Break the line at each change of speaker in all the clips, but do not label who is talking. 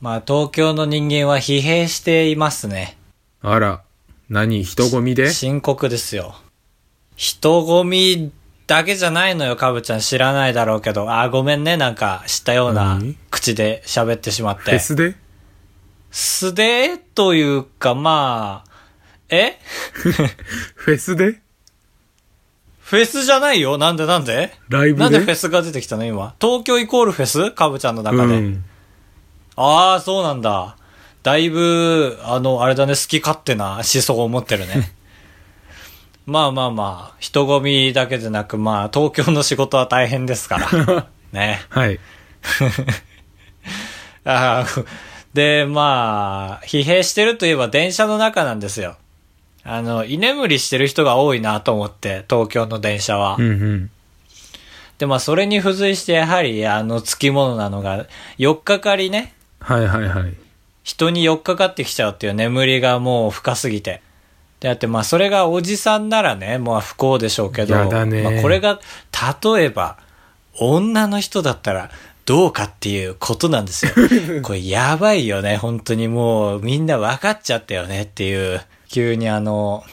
まあ、東京の人間は疲弊していますね。
あら、何、人混みで
深刻ですよ。人混みだけじゃないのよ、かぶちゃん。知らないだろうけど。あー、ごめんね。なんか、知ったような
何
口で喋ってしまっ
フェ
て。
スで
素でというか、まあ、え
フェスで
フェスじゃないよなんでなんで
ライブで
なんでフェスが出てきたの今。東京イコールフェスかぶちゃんの中
う
で。
ん。
ああ、そうなんだ。だいぶ、あの、あれだね、好き勝手な思想を持ってるね。 まあまあまあ、人混みだけでなく、まあ、東京の仕事は大変です から。ね。
はい。
あーで、まあ、疲弊してるといえば電車の中なんですよ。あの、居眠りしてる人が多いなと思って、東京の電車は。
うんうん。
で、まあ、それに付随して、やはり、あの、付き物なのが、4日かりね、
はいはいはい。
人に4日かかってきちゃうっていう眠りがもう深すぎて。で、あって、まあ、それがおじさんならね、まあ、不幸でしょうけど、
やだね
まあ、これが、例えば、女の人だったら、どうかっていうことなん ですよ。これやばいよね、本当にもう、みんな分かっちゃったよねっていう、急にあの、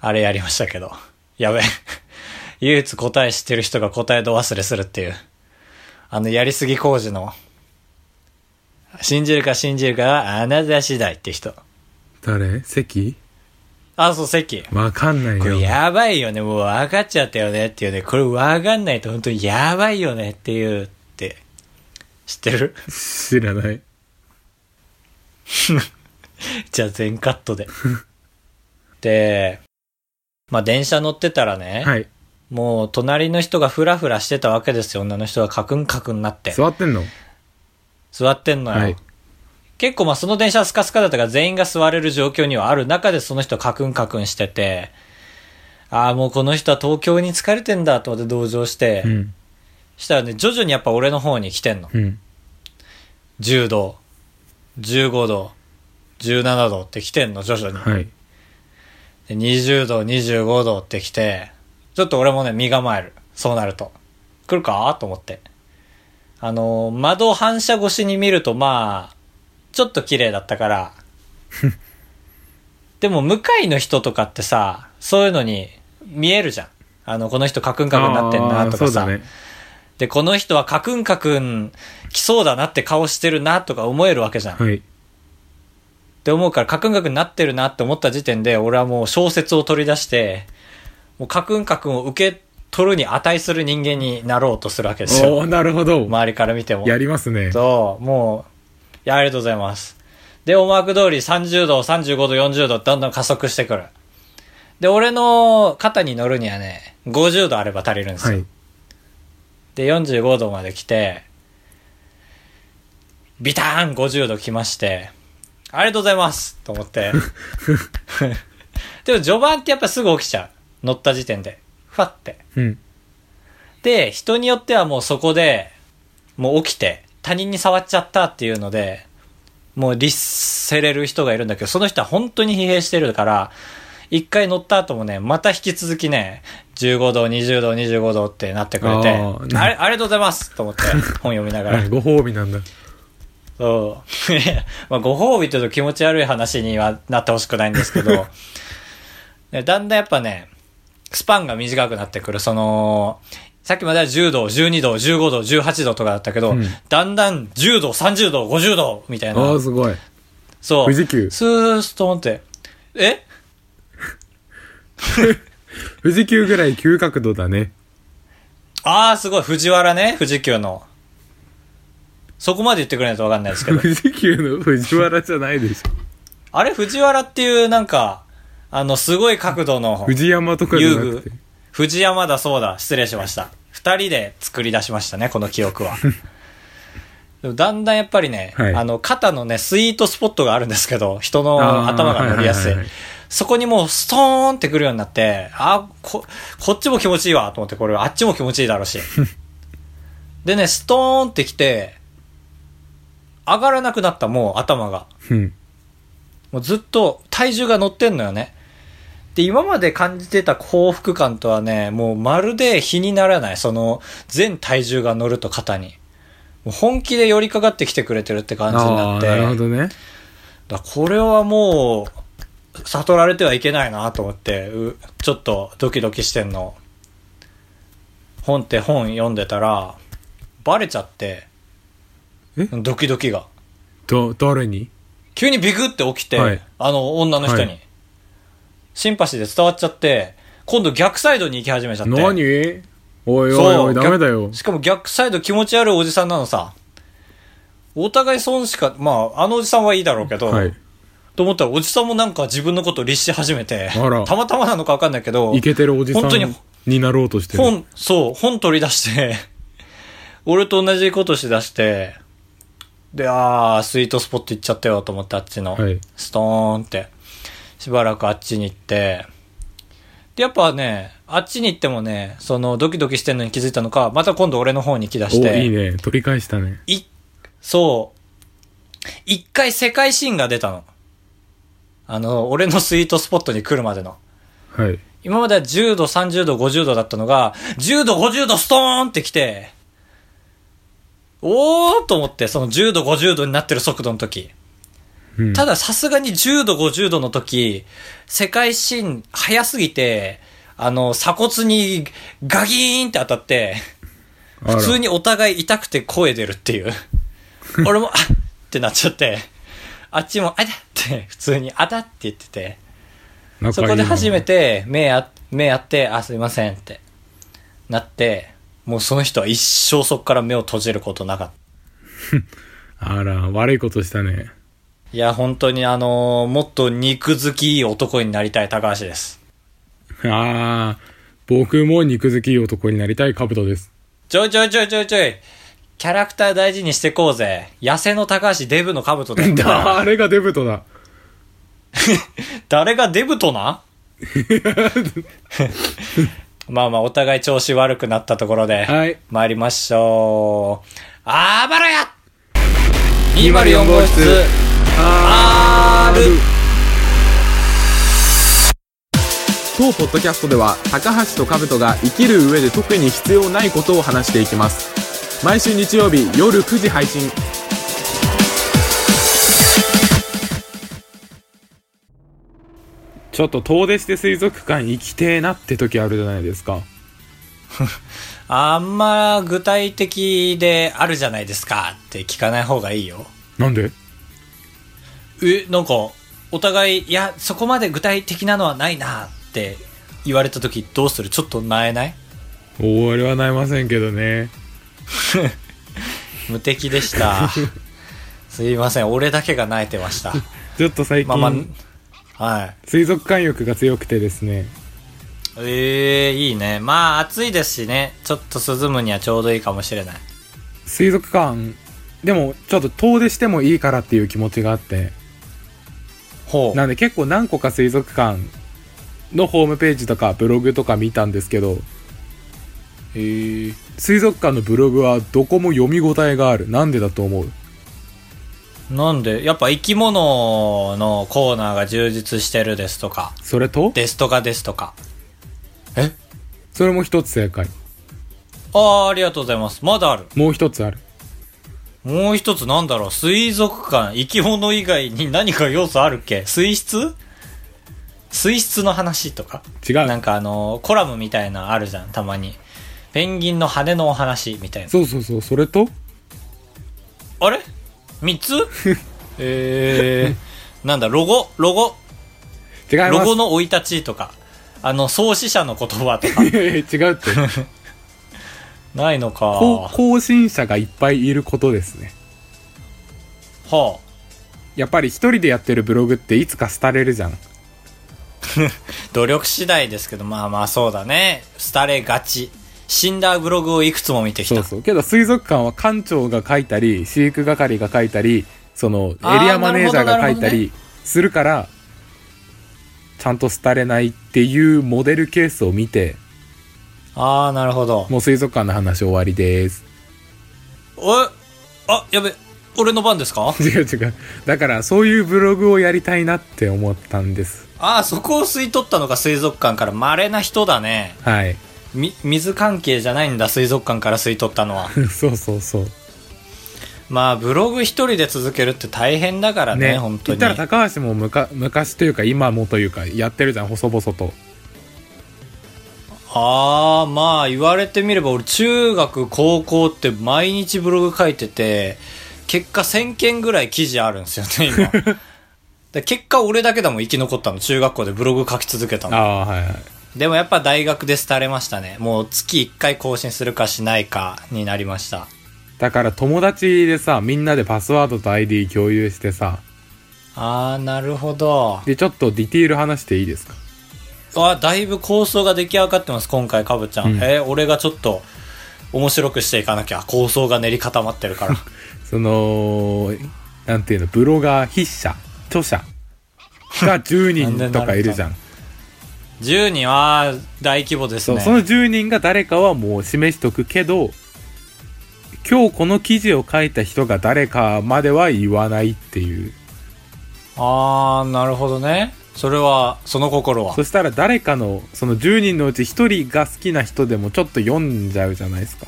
あれやりましたけど。やべえ。唯一答え知ってる人が答え度忘れするっていう。あの、やりすぎ工事の。信じるか信じるかはあなた次第って人。
誰関
あ、そう、関。
わかんない
こ
よ
れ。やばいよね。もう分かっちゃったよねっていうね。これ分かんないと本当にやばいよねっていうって。知ってる
知らない。
じゃあ全カット で。で、まあ電車乗ってたらね、
はい。
もう隣の人がフラフラしてたわけですよ。女の人がカクンカクンなって。
座ってんの
座ってんのよ。
はい
結構まあその電車はスカスカだったから全員が座れる状況にはある中でその人カクンカクンしてて、ああ、もうこの人は東京に疲れてんだと思って同情して、
うん。
したらね、徐々にやっぱ俺の方に来てんの。
うん。
10度、15度、17度って来てんの、徐々に。
はい。
で20度、25度って来て、ちょっと俺もね、身構える。そうなると。来るかと思って。あの、窓反射越しに見ると、まあ、ちょっと綺麗だった から。でも、向かいの人とかってさ、そういうのに見えるじゃん。あの、この人カクンカクンなってんなと
あー
か
そうだ
さ。
ね。
で、この人はカクンカクン来そうだなって顔してるなとか思えるわけじゃん。
はい。
って思うから、カクンカクンになってるなって思った時点で、俺はもう小説を取り出して、もうカクンカクンを受け取るに値する人間になろうとするわけです
お
よ
ー、。なるほど。
周りから見ても。
やりますね。
そう、もう、いや、ありがとうございます。で、思惑通り30度、35度、40度、どんどん加速してくる。で、俺の肩に乗るにはね、50度あれば足りるんです
は
よ。
い。
で、45度まで来て、ビターン50度来まして、ありがとうございますと思って。でも序盤ってやっぱすぐ起きちゃう。乗った時点で。ふわって。
うん。
で、人によってはもうそこで、もう起きて、他人に触っちゃったっていうので、もう律せれる人がいるんだけど、その人は本当に疲弊してるから、一回乗った後もね、また引き続きね、15度、20度、25度ってなってくれて、
あ
あ
ー
れ、ありがとうございますと思って、本読みなが ら
あ。ご褒美なんだ。
そう。 まあ、ご褒美って言うと気持ち悪い話にはなってほしくないんですけ ど、でだんだんやっぱね、スパンが短くなってくる。その、さっきまでは10度、12度、15度、18度とかだったけど、
うん
だんだん10度、30度、50度みたい
あ
な
あ、。すごい。
そう。
富士急
スーッと思って、え
富士急ぐらい急角度だね。
ああ、すごい、藤原ね、富士急の。そこまで言ってくれないとわかんない ですけど。
富士急の藤原じゃないでしょ。
あれ、藤原っていうなんか、あの、すごい角度の。
藤山とかじゃ
遊
なく
具
て。
藤山だそうだ失礼しました二人で作り出しましたねこの記憶は でもだんだんやっぱりね、
はい
あの肩のねスイートスポットがあるんですけど人の
あー
頭が乗りやすい,、
はいはいはい
そこにもうストーンってくるようになってあここっちも気持ちいいわと思ってこれあっちも気持ちいいだろうしでねストーンってきて上がらなくなったもう頭が
うん。
もうずっと体重が乗ってんのよね。で、今まで感じてた幸福感とはね、もうまるで比にならない。その、全体重が乗ると肩に。もう本気で寄りかかってきてくれてるって感じにな
あ
っ
あ
て。
なるほどね
だからこれはもう、悟られてはいけないなと思って、うちょっとドキドキしてんの。本って本読んでたら、バレちゃって、
え
ドキドキが。
ど誰に
急にビクって起きて、
はい
あの女の人に、
はい
シンパシーで伝わっちゃって、今度逆サイドに行き始めちゃって。
何おいおいおいダメだよ
逆しかも逆サイド気持ち悪いおじさんなのさ。お互い損しか、まあ、あのおじさんはいいだろうけど、
はい
と思ったら、おじさんもなんか自分のことを律し始めて、
あら
たまたまなのかわかんないけど、
イケてるおじさん
本当に
になろうとしてる
本、そう、本取り出して、 俺と同じことしだして、で、あー、スイートスポット行っちゃったよと思って、あっちの、
はい
ストーンって、しばらくあっちに行って、で、やっぱね、あっちに行ってもね、その、ドキドキしてんのに気づいたのか、また今度俺の方に来だ
お
して、
いいね取り返したね
い、そう。一回世界シーンが出たの。あの、俺のスイートスポットに来るまでの。
はい
今までは10度、30度、50度だったのが、10度、50度、ストーンって来て、おーと思って、その10度、50度になってる速度の時。
うん
たださすがに10度、50度の時、世界新早すぎて、あの、鎖骨にガギーンって当たって、
あら
普通にお互い痛くて声出るって いう。俺も、あっってなっちゃって、あっちも、あだって、普通に、あだって言ってて、
仲
そ
いいな
こで初めて目あ、目あって、あ、すいませんってなって、もうその人は一生そこから目を閉じることなかった。
あら悪いことしたね
いや、本当にあのーもっと肉好きいい男になりたい高橋です。
ああ僕も肉好きいい男になりたいカブトです
ちょいちょいちょいちょいちょい。キャラクター大事にしてこうぜ。痩せの高橋デブの兜だ った。
誰がデブトだ
誰がデブと な まあまあ、お互い調子悪くなったところで、
はい
参りましょう。あばらや
204
!204 号
号
室
室
R!
当ポッドキャストでは高橋と兜が生きる上で特に必要ないことを話していきます毎週日曜日夜9時配信ちょっと遠出して水族館行きてえなって時あるじゃないですか
あんま具体的であるじゃないですかって聞かない方がいいよ。
なんで
え、なんか、お互い、いや、そこまで具体的なのはないなって言われた時どうするちょっとなえない
俺はなりませんけどね
無敵で した。すいません、俺だけがなえてました。
ちょっと最近、
まあまあ、はい。
水族館欲が強くてですね
ええいいね。まあ、暑いですしね。ちょっと涼むにはちょうどいいかもしれない。
水族館でもちょっと遠出してもいいからっていう気持ちがあって
ほう。
なんで結構何個か水族館のホームページとかブログとか見たんですけど
へえ。
水族館のブログはどこも読み応えがあるなんでだと思う
なんで、やっぱ生き物のコーナーが充実してるですとか、
それと
ですとかですとか。え
それも一つ正解
ああ、ありがとうございます。まだある。
もう一つある
もう一つなんだろう。水族館、生き物以外に何か要素あるっけ水質水質の話とか。
違
なん
う
かあの、コラムみたいなのあるじゃん、たまに。ペンギンの羽のお話みたいな。
そうそうそうそれと
あれ三 つえー、なんだ、ロゴ、ロゴ、
違います
ロゴの生い立ちとか、あの、創始者の言葉とか、
いやいや違うって
ないのか。
こ
は
う更新者がいっぱいいることですね
あ。
やっぱり一人でやってるブログっていつか廃れるじゃん
努力次第ですけど、まあまあそうだね。廃れがち。死んだブログをいくつも見てき
そう
た。
そう。けど水族館は館長が書いたり、飼育係が書いたり、そのエリ
あー
アマネージャーが書いた
なるほど
りするから、ちゃんと廃れないっていうモデルケースを見て、
ああ、なるほど。
もう水族館の話終わりです。
えあ、やべ、俺の番ですか
違う違う。だからそういうブログをやりたいなって思ったんです。
ああ、そこを吸い取ったのが水族館から稀な人だね。
はい。
み、水関係じゃないんだ、水族館から吸い取ったのは。
そうそうそう。
まあ、ブログ一人で続けるって大変だからね、本当
言っ
に
た。ら高橋もむか昔というか今もというかやってるじゃん細々と
ああ、まあ言われてみれば俺中学、高校って毎日ブログ書いてて、結果1000件ぐらい記事あるんですよね、今。 で結果俺だけだもん生き残ったの。中学校でブログ書き続けた
あ
の。
あはいはい
でもやっぱ大学で廃れましたね。もう月1回更新するかしないかになりました。
だから友達でさみんなでパスワードと ID 共有してさ
ああ、なるほど。
でちょっとディティール話していいですか
あ、だいぶ構想が出来上がってます、今回、かぶちゃん。
うん
えー俺がちょっと面白くしていかなきゃ。構想が練り固まってるから。
そのなんていうのブロガー筆者著者 が10人とかいるじゃん
10人は大規模です
そう
ね。
その10人が誰かはもう示しとくけど今日この記事を書いた人が誰かまでは言わないっていう
あー、なるほどね。それは、その心は
そ。したら誰かのその10人のうち1人が好きな人でもちょっと読んじゃうじゃないですか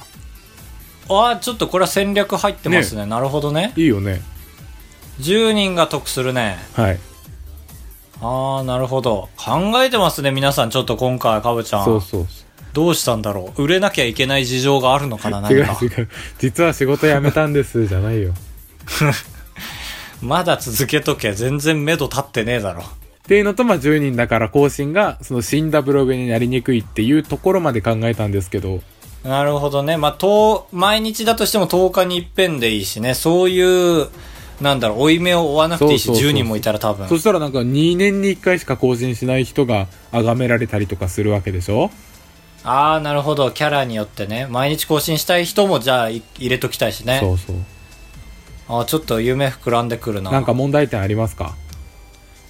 あー、ちょっとこれは戦略入ってますね。なるほどね。
いいよね
10人が得するね。
はい
あー、なるほど。考えてますね、皆さん。ちょっと今回、かぶちゃ。
そうんそう
どうしたんだろう。売れなきゃいけない事情があるのかな、
違う
何か。
違う実は仕事辞めたんですじゃないよ
まだ続けとけ。全然目処立ってねえだろ。
っていうのとまあ10人だから更新がその死んだブログになりにくいっていうところまで考えたんですけど
なるほどね。まあ、と、毎日だとしても10日に一遍でいいしね。そういう、なんだろう、追い目を追わなくていいし、
そうそうそう
10人もいたら多分。
そしたらなんか2年に1回しか更新しない人が崇められたりとかするわけでしょ
ああ、なるほど。キャラによってね。毎日更新したい人も、じゃあ、い入れときたいしね。
そうそう
あーちょっと夢膨らんでくるな。
なんか問題点ありますか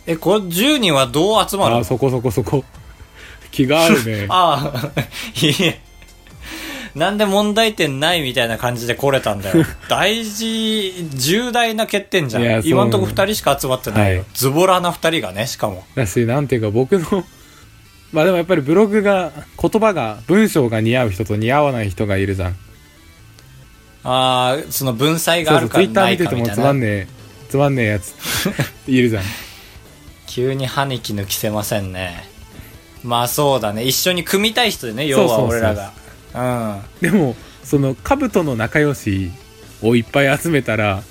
え、これ10人はどう集まる
あ
の
あそこそこそこ 気があるね
ああ、 いえ。なんで問題点ないみたいな感じで来れたんだ よ。大事、重大な欠点じ
い
ゃ
や
ん。
そう
今んとこ2人しか集まってないよ。
はい
ズボラな2人がね、しかも。
だしなんていうか僕の まあでもやっぱりブログが言葉が文章が似合う人と似合わない人がいるじゃん
ああ、その文才が
そ
あ
うそ
る
うツ
か
イ
な
ッター見
い
て
か
て
み
も
たい
つまん
な。
ねえつまんねえやついるじゃん
急に歯に衣着せませんね。まあそうだね。一緒に組みたい人でね、要
そう
は
そうそう
俺らが。うん。
でもその兜の仲良しをいっぱい集めたら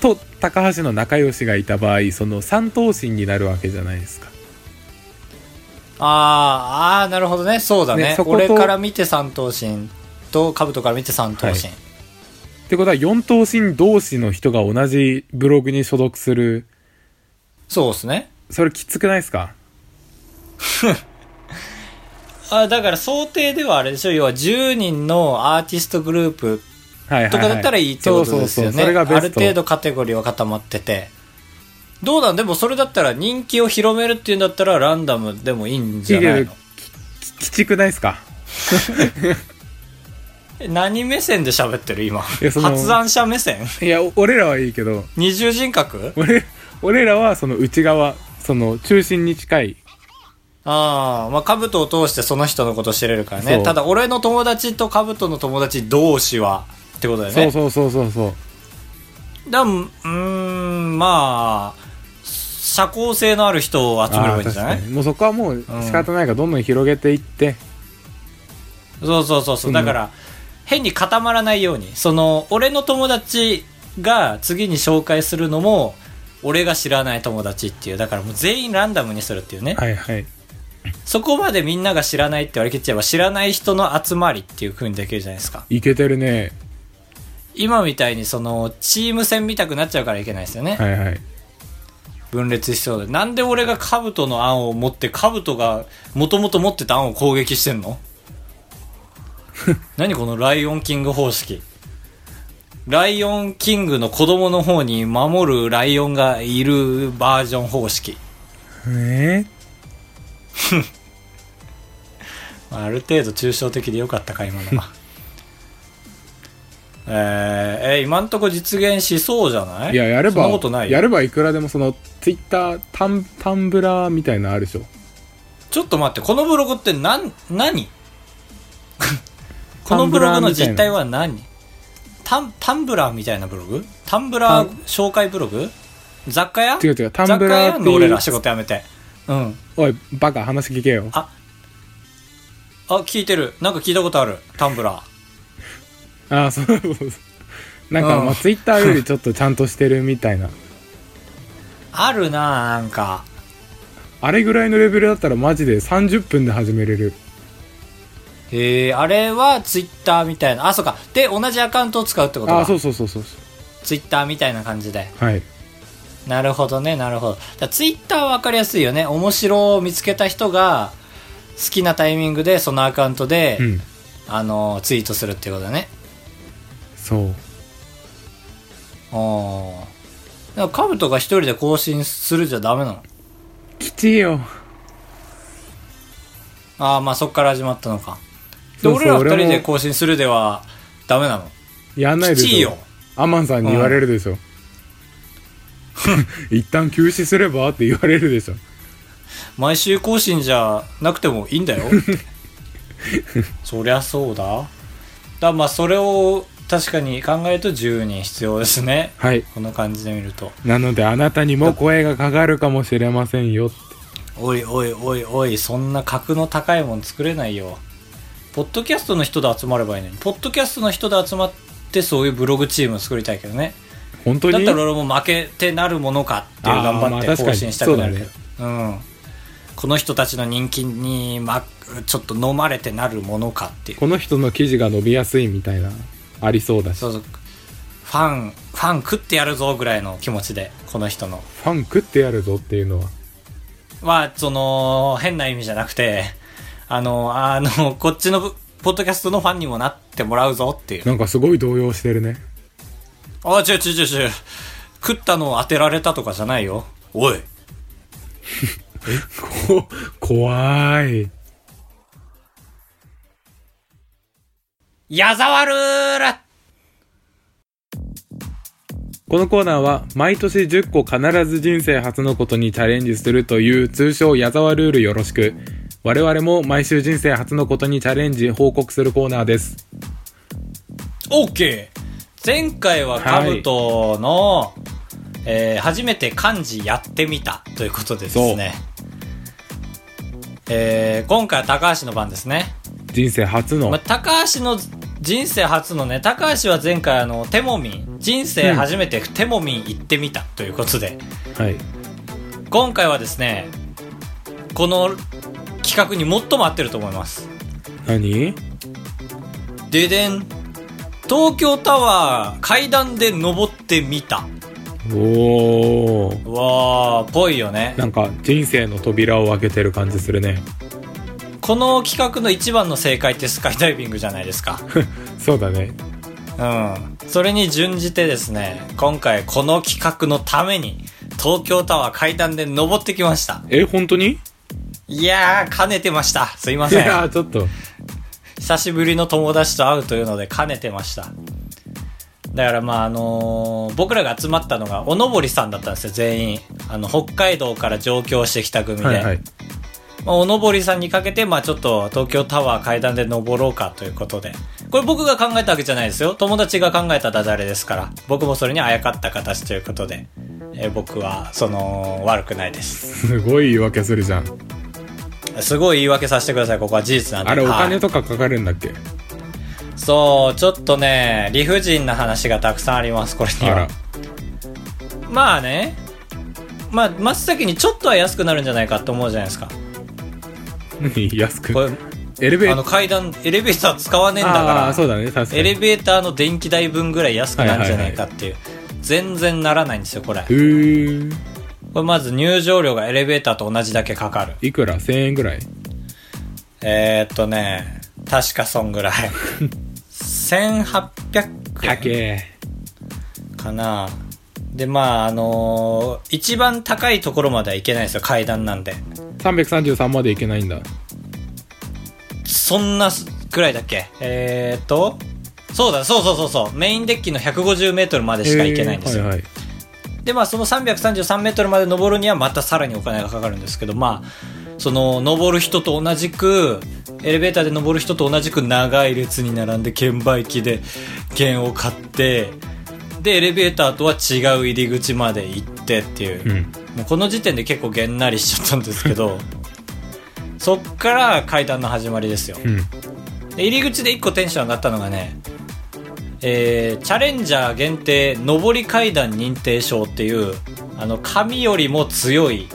と高橋の仲良しがいた場合その三頭身になるわけじゃないですか
あーあー、なるほどね。そうだね。
ねそこと
俺から見て三頭身と、兜から見て三頭身。
はいってことは四頭身同士の人が同じブログに所属する
そうですね。
それきつくないですか
あだから想定ではあれでしょ要は10人のアーティストグループ
はいはい、はい、
とかだったらいいってことですよ
そうそうそうそれ
ね。
が
あ
ベ
る
スト
程度カテゴリーは固まってて。どうなんでもそれだったら人気を広めるっていうんだったらランダムでもいいんじゃないい
いけ
の
どききちくないですか
え何目線で喋ってる今。
いやその
発案者目線
いやお俺らはいいけど
二重人格
俺俺らはその内側その中心に近い
ああ、まあ、兜を通してその人のこと知れるからね
そ。う
ただ、俺の友達と兜の友達同士は、ってことだよね。
そうそうそうそうそう
だうーんまあ社交性のある人を集めればいいんじゃな
あー確か
い
にもうそこはもう仕方ないからどんどん広げていって、
そうそうそうそうだから変に固まらないようにその俺の友達が次に紹介するのも俺が知らない友達っていうだからもう全員ランダムにするっていうね、
はいはい
そこまでみんなが知らないって割り切っちゃえば知らない人の集まりっていう風にできるじゃないですか
いけてるね
今みたいにそのチーム戦みたくなっちゃうからいけないですよね、
はいはい
分裂しそうで。なんで俺が兜の案を持って、兜が元々持ってた案を攻撃してん の何このライオンキング方式。ライオンキングの子供の方に守るライオンがいるバージョン方式。
ね
ある程度抽象的でよかったか、今のは。え ーえー今んとこ実現しそうじゃない
いややれば
そんなことないよ
やればいくらでもそのツイッタータンタンブラーみたいなのあるでしょ
ちょっと待って、このブログって なん、何このブログの実態は何タン、タンブラーみたいなブログタンブラー紹介ブログ雑貨屋
違う違うタンブ
雑
ラー
貨屋
っ
やんの
ていう
俺ら仕事やめて。うん。
おい、バカ、話聞けよ。
あ、聞いてる。なんか聞いたことある。タンブラー。
ああ、そうそうそう。なんか、
うん
まあ、ツイッターよりちょっとちゃんとしてるみ たいな。
あるなぁ、なんか。
あれぐらいのレベルだったらマジで30分で始めれる。
へえ、あれはツイッターみたいな。あ、そうか。で、同じアカウントを使うってこと
あ
か。
あ、そうそうそうそう。
ツイッターみたいな感じで。
はい。
なるほどね、なるほど。だからツイッターはわかりやすいよね。面白を見つけた人が、好きなタイミングでそのアカウントで、
うん。
あの、ツイートするっていうことだね。
そう。
おーだから、カブトが一人で更新するじゃダメなの
きちいよ。
ああ、まあそっから始まったのか。で、
そう
俺
そう
ら二人
俺も
で更新するでは、ダメなの
やんないでしょ。
きちいよ。
アマンさんに言われるでしょ。一旦休止すればって言われるでしょ。
毎週更新じゃなくてもいいん だよってそりゃそうだだまあそれを確かに考えると10人必要ですね
はい。
この感じで見ると
なのであなたにも声がかかるかもしれませんよ。
おいおいおいおいそんな格の高いもん作れないよポッドキャストの人で集まればいいのにポッドキャストの人で集まってそういうブログチーム作りたいけどね
本当
だっ
に
たら俺も負けてなるものかっていう頑張って
あーまあ確かに
更新したくなるけど
そう
うんこの人たちの人気に、ま、ちょっと飲まれてなるものかっていう
この人の記事が伸びやすいみたいな、ありそうだし。
そうそうファンファン食ってやるぞぐらいの気持ちでこの人の
ファン食ってやるぞっていうのは。
まあその変な意味じゃなくてあのあのこっちのぶポッドキャストのファンにもなってもらうぞっていう
なんかすごい動揺してるね。
あ違う違う違う違う食ったのを当てられたとかじゃないよおい
こ、怖い。
矢沢ルーラ
このコーナーは毎年10個必ず人生初のことにチャレンジするという通称矢沢ルールよろしく我々も毎週人生初のことにチャレンジ報告するコーナーです
オーケー前回はカブトの、えー初めて漢字やってみたということでですね。えー今回は高橋の番ですね。
人生初の、
まあ、高橋の人生初のね、高橋は前回あの、テモミン、人生初めてテモミン行ってみたということで、
はい
今回はですね、この企画に最も合ってると思います。
何
ででん、東京タワー階段で登ってみた。
おー
わー、ぽいよね。
なんか人生の扉を開けてる感じするね
この企画の一番の正解ってスカイダイビングじゃないですか。
そうだね
うん。それに準じてですね、今回この企画のために、東京タワー階段で登ってきました。
え本当に
いやー、兼ねてました。すいま
い
せん。
やーちょっと
久しぶりの友達と会うというので兼ねてました。だからまああのー僕らが集まったのが、おのぼりさんだったんですよ、全員。あの、北海道から上京してきた組で。
はいはい
まあ、おのぼりさんにかけて、まあ、ちょっと東京タワー階段で登ろうかということで。これ僕が考えたわけじゃないですよ。友達が考えたダジャレですから。僕もそれにあやかった形ということで。えー僕は、その、悪くないです。
すごい言い訳するじゃん
すごい言い訳させてください。ここは事実なんで。
あれお
は
金
い
とかかかるんだっけ
そう、ちょっとね、理不尽な話がたくさんあります、これに
あ
は
ら。
まあね。まあ、真っ先にちょっとは安くなるんじゃないかと思うじゃないですか。
何安く
これ、
エレベ
あ
ー
の階段、エレベーター使わねえんだから。
あーそうだね確か に
エレベーターの電気代分ぐらい安くなるんじゃないかっていう、全然ならないんですよこれ
う
こ
ーん
れまず入場料がエレベーターと同じだけかかる
いくら1000円ぐらい
えー、っとね確かそん ぐらい1800円
け
かなでまああのー一番高いところまでは行けないですよ階段なんで
333までいけないんだ
そんなすくらいだっけえー、っとそうだそうそうそうそうメインデッキの 150m までしか行けないんですよ、
へーはいはい
でまあその333メートルまで登るにはまたさらにお金がかかるんですけどまあその登る人と同じくエレベーターで登る人と同じく長い列に並んで券売機で券を買ってでエレベーターとは違う入り口まで行ってっていう、
うん。
もうこの時点で結構げんなりしちゃったんですけどそっから階段の始まりですよ
うん。
で入り口で1個テンション上がったのがね、えーチャレンジャー限定上り階段認定証っていうあの紙よりも強い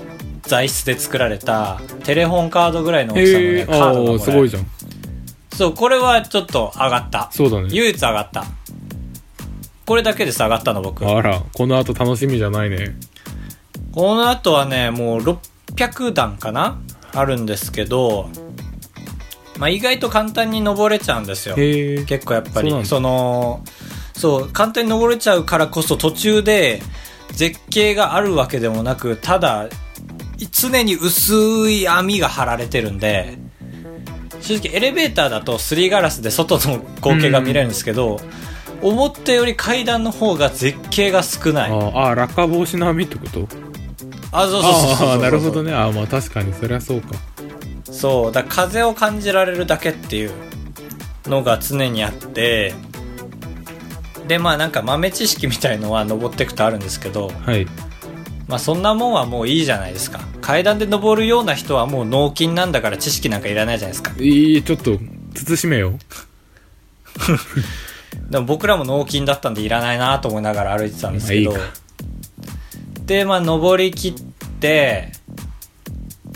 材質で作られたテレホンカードぐらいの大きさの、ね
えー、
カードが
ああ、
も
す
らえ
ご
る
いじゃん。
そうこれはちょっと上がった
そうだね。
唯一上がったこれだけです上がったの僕
あら、この後楽しみじゃないね。
この後はね、もう600段かなあるんですけど、まあ、意外と簡単に登れちゃうんですよ。
へえ。
結構やっぱり
そうなん
そ
だ
のそう簡単に登れちゃうからこそ途中で絶景があるわけでもなくただ常に薄い網が張られてるんで正直エレベーターだとすりガラスで外の光景が見れるんですけど、思ったより階段の方が絶景が少ない
あーあー、落下防止の網ってこと
あそうそうそうそう
あ
そ
あ、
う
なるほどね。ああ、まあ確かに、そりゃそうか。
そうだから風を感じられるだけっていうのが常にあってでまあなんか豆知識みたいのは登っていくとあるんですけど
はい。
まあそんなもんはもういいじゃないですか階段で登るような人はもう脳筋なんだから知識なんかいらないじゃないですか
いい、ちょっと、慎めよ。
でも僕らも脳筋だったんでいらないなと思いながら歩いてたんですけど
まあいい
でまあ登りきって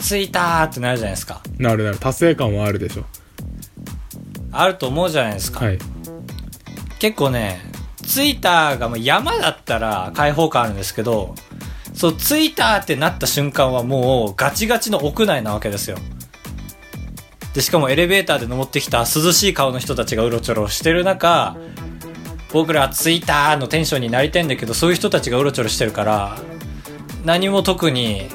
着いたーってなるじゃないですか
なるなる。達成感はあるでしょ。
あると思うじゃないですか、
はい。
結構ね、ツイッターがもう山だったら開放感あるんですけど、そう、ツイッターってなった瞬間はもうガチガチの屋内なわけですよ。で、しかもエレベーターで登ってきた涼しい顔の人たちがうろちょろしてる中、僕らはツイッターのテンションになりてんだけど、そういう人たちがうろちょろしてるから、何も特に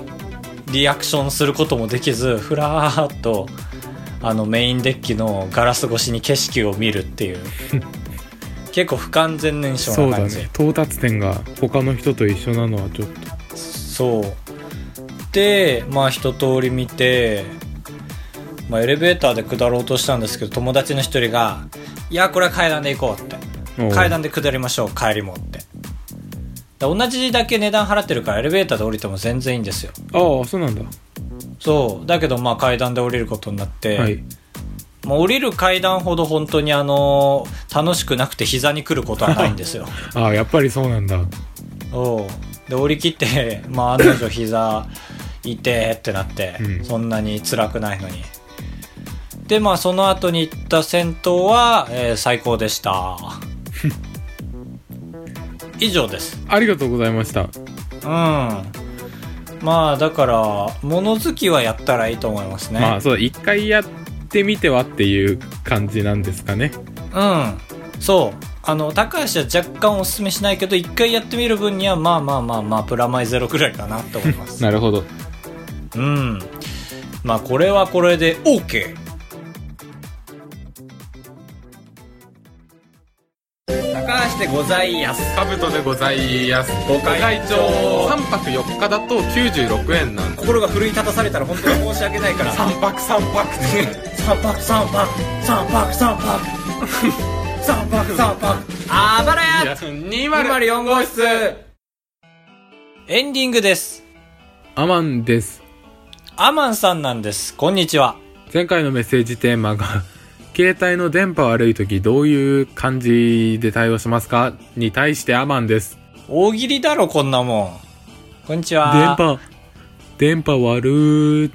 リアクションすることもできず、ふらーっと、あのメインデッキのガラス越しに景色を見るって いう。結構不完全燃焼
そう
な
だ
感じ。
ね。到達点が他の人と一緒なのはちょっと。
そうでまあ一通り見て、まあ、エレベーターで下ろうとしたんですけど友達の一人が「いやこれは階段で行こう」って
お
「
う
階段で下りましょう帰りも」ってだ同じだけ値段払ってるからエレベーターで降りても全然いいんですよ
ああ、そうなんだ。
そうだけどまあ階段で降りることになって、
はい。
まあ、降りる階段ほど本当にあの楽しくなくて膝に来ることはないんですよ
ああ、やっぱりそうなんだ。
おうで降り切って、 まあ、案の定膝痛えってなって、
うん
そんなに辛くないのにでまあその後に行った銭湯は、えー最高でした 以上です
ありがとうございました。
うんまあだから物好きはやったらいいと思いますね、
まあそうだ、一回やってみてはっていう感じなんですかね。
うんそうあの高橋は若干おすすめしないけど一回やってみる分にはまあまあまあまあプラマイゼロくらいかなと思います
なるほど。
うん。まあこれはこれで OK。高橋でございやす。
カブトでございます。ご
会長
3泊4日だと96円なんで。
心が奮い立たされたら本当に申し訳ないから。三泊三泊三泊三泊三泊三泊 三泊三泊あばらや
204号室
エンディングです。
アマンです。
アマンさんなんです。こんにちは。
前回のメッセージテーマが 携帯の電波悪い時どういう感じで対応しますかに対してアマンです
大喜利だろ、こんなもん。こんにちは。
電波電波悪い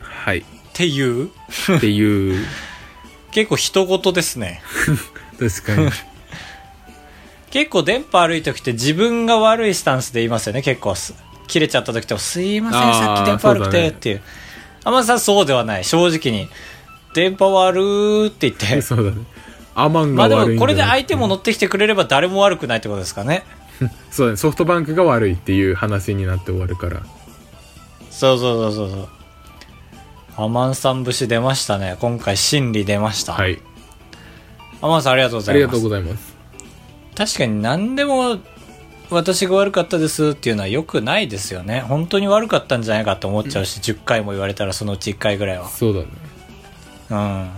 はい
っていう
っていう
結構人事ですね。
確か に
結構電波悪い時って自分が悪いスタンスで言いますよね結構す切れちゃった時とすいません
あー
さっき電波悪く
そうだ
て
ね
っていう天野さんそうではない正直に電波悪ーって言って
そうだねアマン
ま
が
あで
悪いん
も
だ
これで相手も乗ってきてくれれば誰も悪くないってことですかね
そうだねソフトバンクが悪いっていう話になって終わるから
そうそうそうそうそうアマンさん節出ましたね今回真理出ました、
はい
アマンさんありがとうご
あ
ざ
り
い
が
ま
とう
す
ございます
確かに何でも私が悪かったですっていうのは良くないですよね。本当に悪かったんじゃないかと思っちゃうし、10回も言われたらそのうち1回ぐらいは。
そうだね。
うん。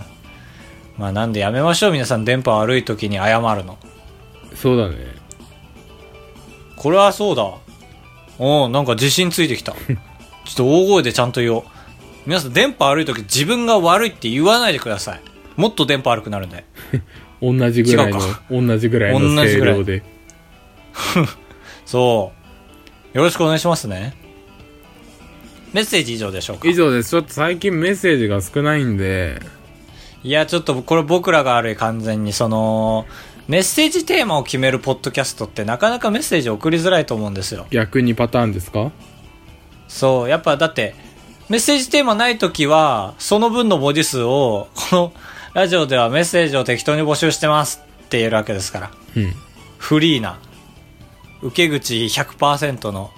まあなんでやめましょう皆さん電波悪い時に謝るの。
そうだね。
これはそうだ。おおなんか自信ついてき た。ちょっと大声でちゃんと言おう。皆さん電波悪い時自分が悪いって言わないでください。もっと電波悪くなるんで。
同じぐらい
違うか
の、同じぐらいの
同じ
声
ぐらい
量で。
そう。よろしくお願いしますね。メッセージ以上でしょうか
以上です。ちょっと最近メッセージが少ないんで、
いや、ちょっとこれ僕らが悪い完全に、その、メッセージテーマを決めるポッドキャストってなかなかメッセージ送りづらいと思うんですよ。
逆にパターンですか
そう、やっぱだって、メッセージテーマない時は、その分の文字数を、この ラジオではメッセージを適当に募集してますって言えるわけですから。
うん。
フリーな、受け口100%の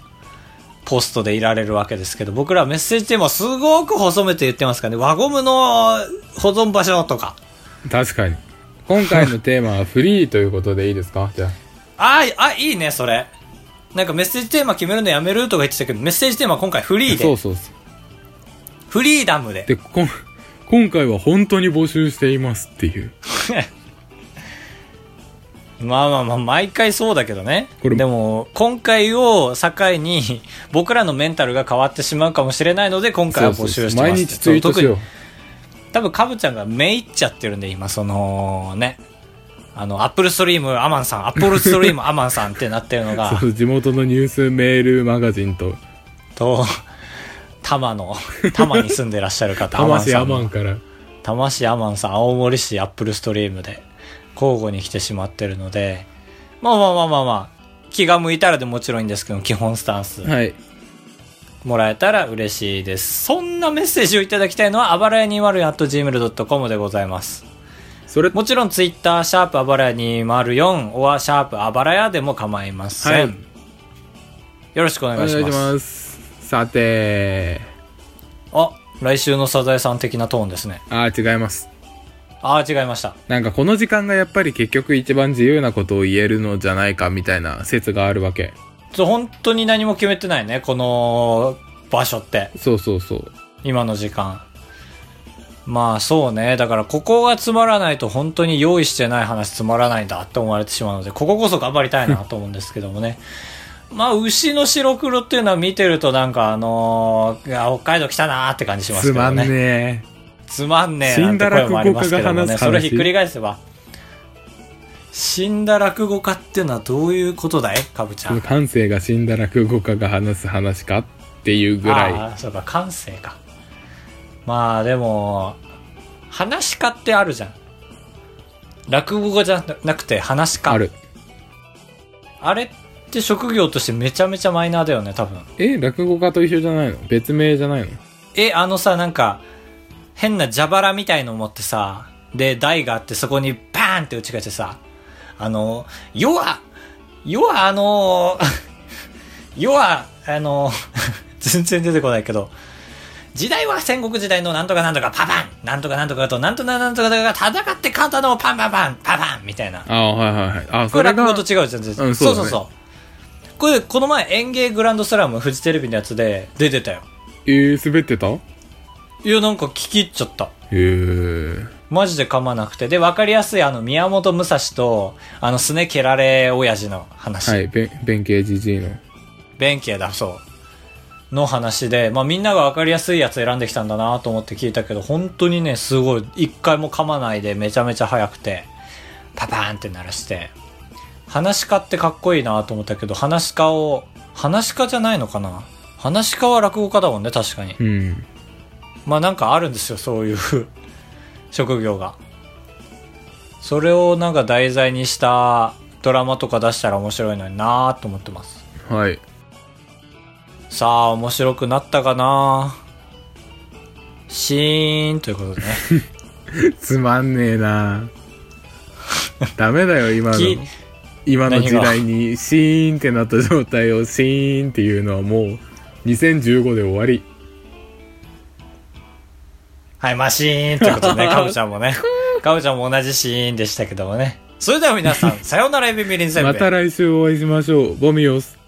ポストでいられるわけですけど、僕らはメッセージテーマをすごく細めて言ってますからね。輪ゴムの保存場所とか。
確かに。今回のテーマはフリーということでいいです かじゃ
あ
あ。
ーあ、いいね、それ。なんかメッセージテーマ決めるのやめるとか言ってたけど、メッセージテーマ今回フリー
そう
で。
そうそう。
フリーダムで。
で、こん、今回は本当に募集していますっていう。
まあまあまあ、毎回そうだけどね。
これ
でも、今回を境に、僕らのメンタルが変わってしまうかもしれないので、今回は募集してます
毎日ツイートしよう。
多分カブちゃんがめいっちゃってるんで、今、そのね、あの、アップルストリームアマンさん、アップルストリ ームアマンさんってなってるのが
そ、う地元のニュースメールマガジンと
と、多摩の、多摩に住んでらっしゃる 方、
浜市
さ
ア
んの
マンから
多摩市アマンさん、青森市アップルストリームで交互に来てしまってるので、まあまあまあまあまあ、気が向いたらでもちろんいいんですけど、基本スタンス
はい
もらえたら嬉しいです。そんなメッセージをいただきたいのは、あばらや 204.gmail.com でございます。
それ
もちろんツイッター、シャープあばらや204、おはシャープあばらやでも構いません。
はい
よろしくお
お
願
願
い
い
し
し
ます。
ますさて
あ、来週のサザエさん的なトーンですね。
あー違います
ああ、違いました。
なんかこの時間がやっぱり結局一番自由なことを言えるのじゃないかみたいな説があるわけ
そう本当に何も決めてないね、この場所って。
そうそうそう
今の時間まあそうねだからここがつまらないと本当に用意してない話つまらないんだって思われてしまうのでこここそ頑張りたいなと思うんですけどもね まあ牛の白黒っていうのは見てるとなんかあのーいや北海道来たなーって感じします
つ
け
ま
ど
ん
ね
ね
つまんねえなんて声もありますけどもね
死
そ
んだ落語家が話す話
れひっくり返せば死んだ落語家っていうのはどういうことだいかぶちゃ
え
ん
感性が死んだ落語家が話す話かっていうぐら
ああそうか感性かまあでも話し家ってあるじゃん落語家じゃなくて話し
い
家
ある
あれって職業としてめちゃめちゃマイナーだよね多分
え落語家と一緒じゃないの別名じゃないの
えあのさなんか変な蛇腹みたいの持ってさで台があってそこにバーンって打ち返してさあの要は要はあの 要はあの 全然出てこないけど時代は戦国時代のなんとかなんとかパパンなんとかなんとかとなんとかなんとかが戦って簡単のをパンパンパンパパンみたいな
ああはいはいはいあー
こ
そ
れ
れ
落語
が
と違うじゃん全然、
うん
そ
そうう
そ
だ
う
ね
そうこれこの前演芸グランドスラムフジテレビのやつで出てたよ
えー、滑ってたへ
いやなんか聞き入っちゃった
え
マジで噛まなくて。で、わかりやすい、あの、宮本武蔵と、あの、すね蹴られ親父の話。
はい、べ弁慶じじいの。
弁慶だ、そう。の話で、まあみんながわかりやすいやつ選んできたんだなと思って聞いたけど、本当にね、すごい、一回も噛まないでめちゃめちゃ速くて、パパーンって鳴らして、話し家ってかっこいいなと思ったけど、話し家を、話し家じゃないのかな話し家は落語家だもんね、確かに。
うん。
まあなんかあるんですよ、そういう職業が。それをなんか題材にしたドラマとか出したら面白いのになぁと思ってます。
はい。
さあ、面白くなったかなシーンということでね。
つまんねえなダメだよ、今の
き。
今の時
何が
代にシーンってなった状態をシーンっていうのはもう2015で終わり。
はい、まあシーンということでね、かぶちゃんもね。かぶちゃんも同じシーンでしたけどもね。それでは皆さん、さようならエビみりんせんべい。
また来週お会いしましょう。ボミオス。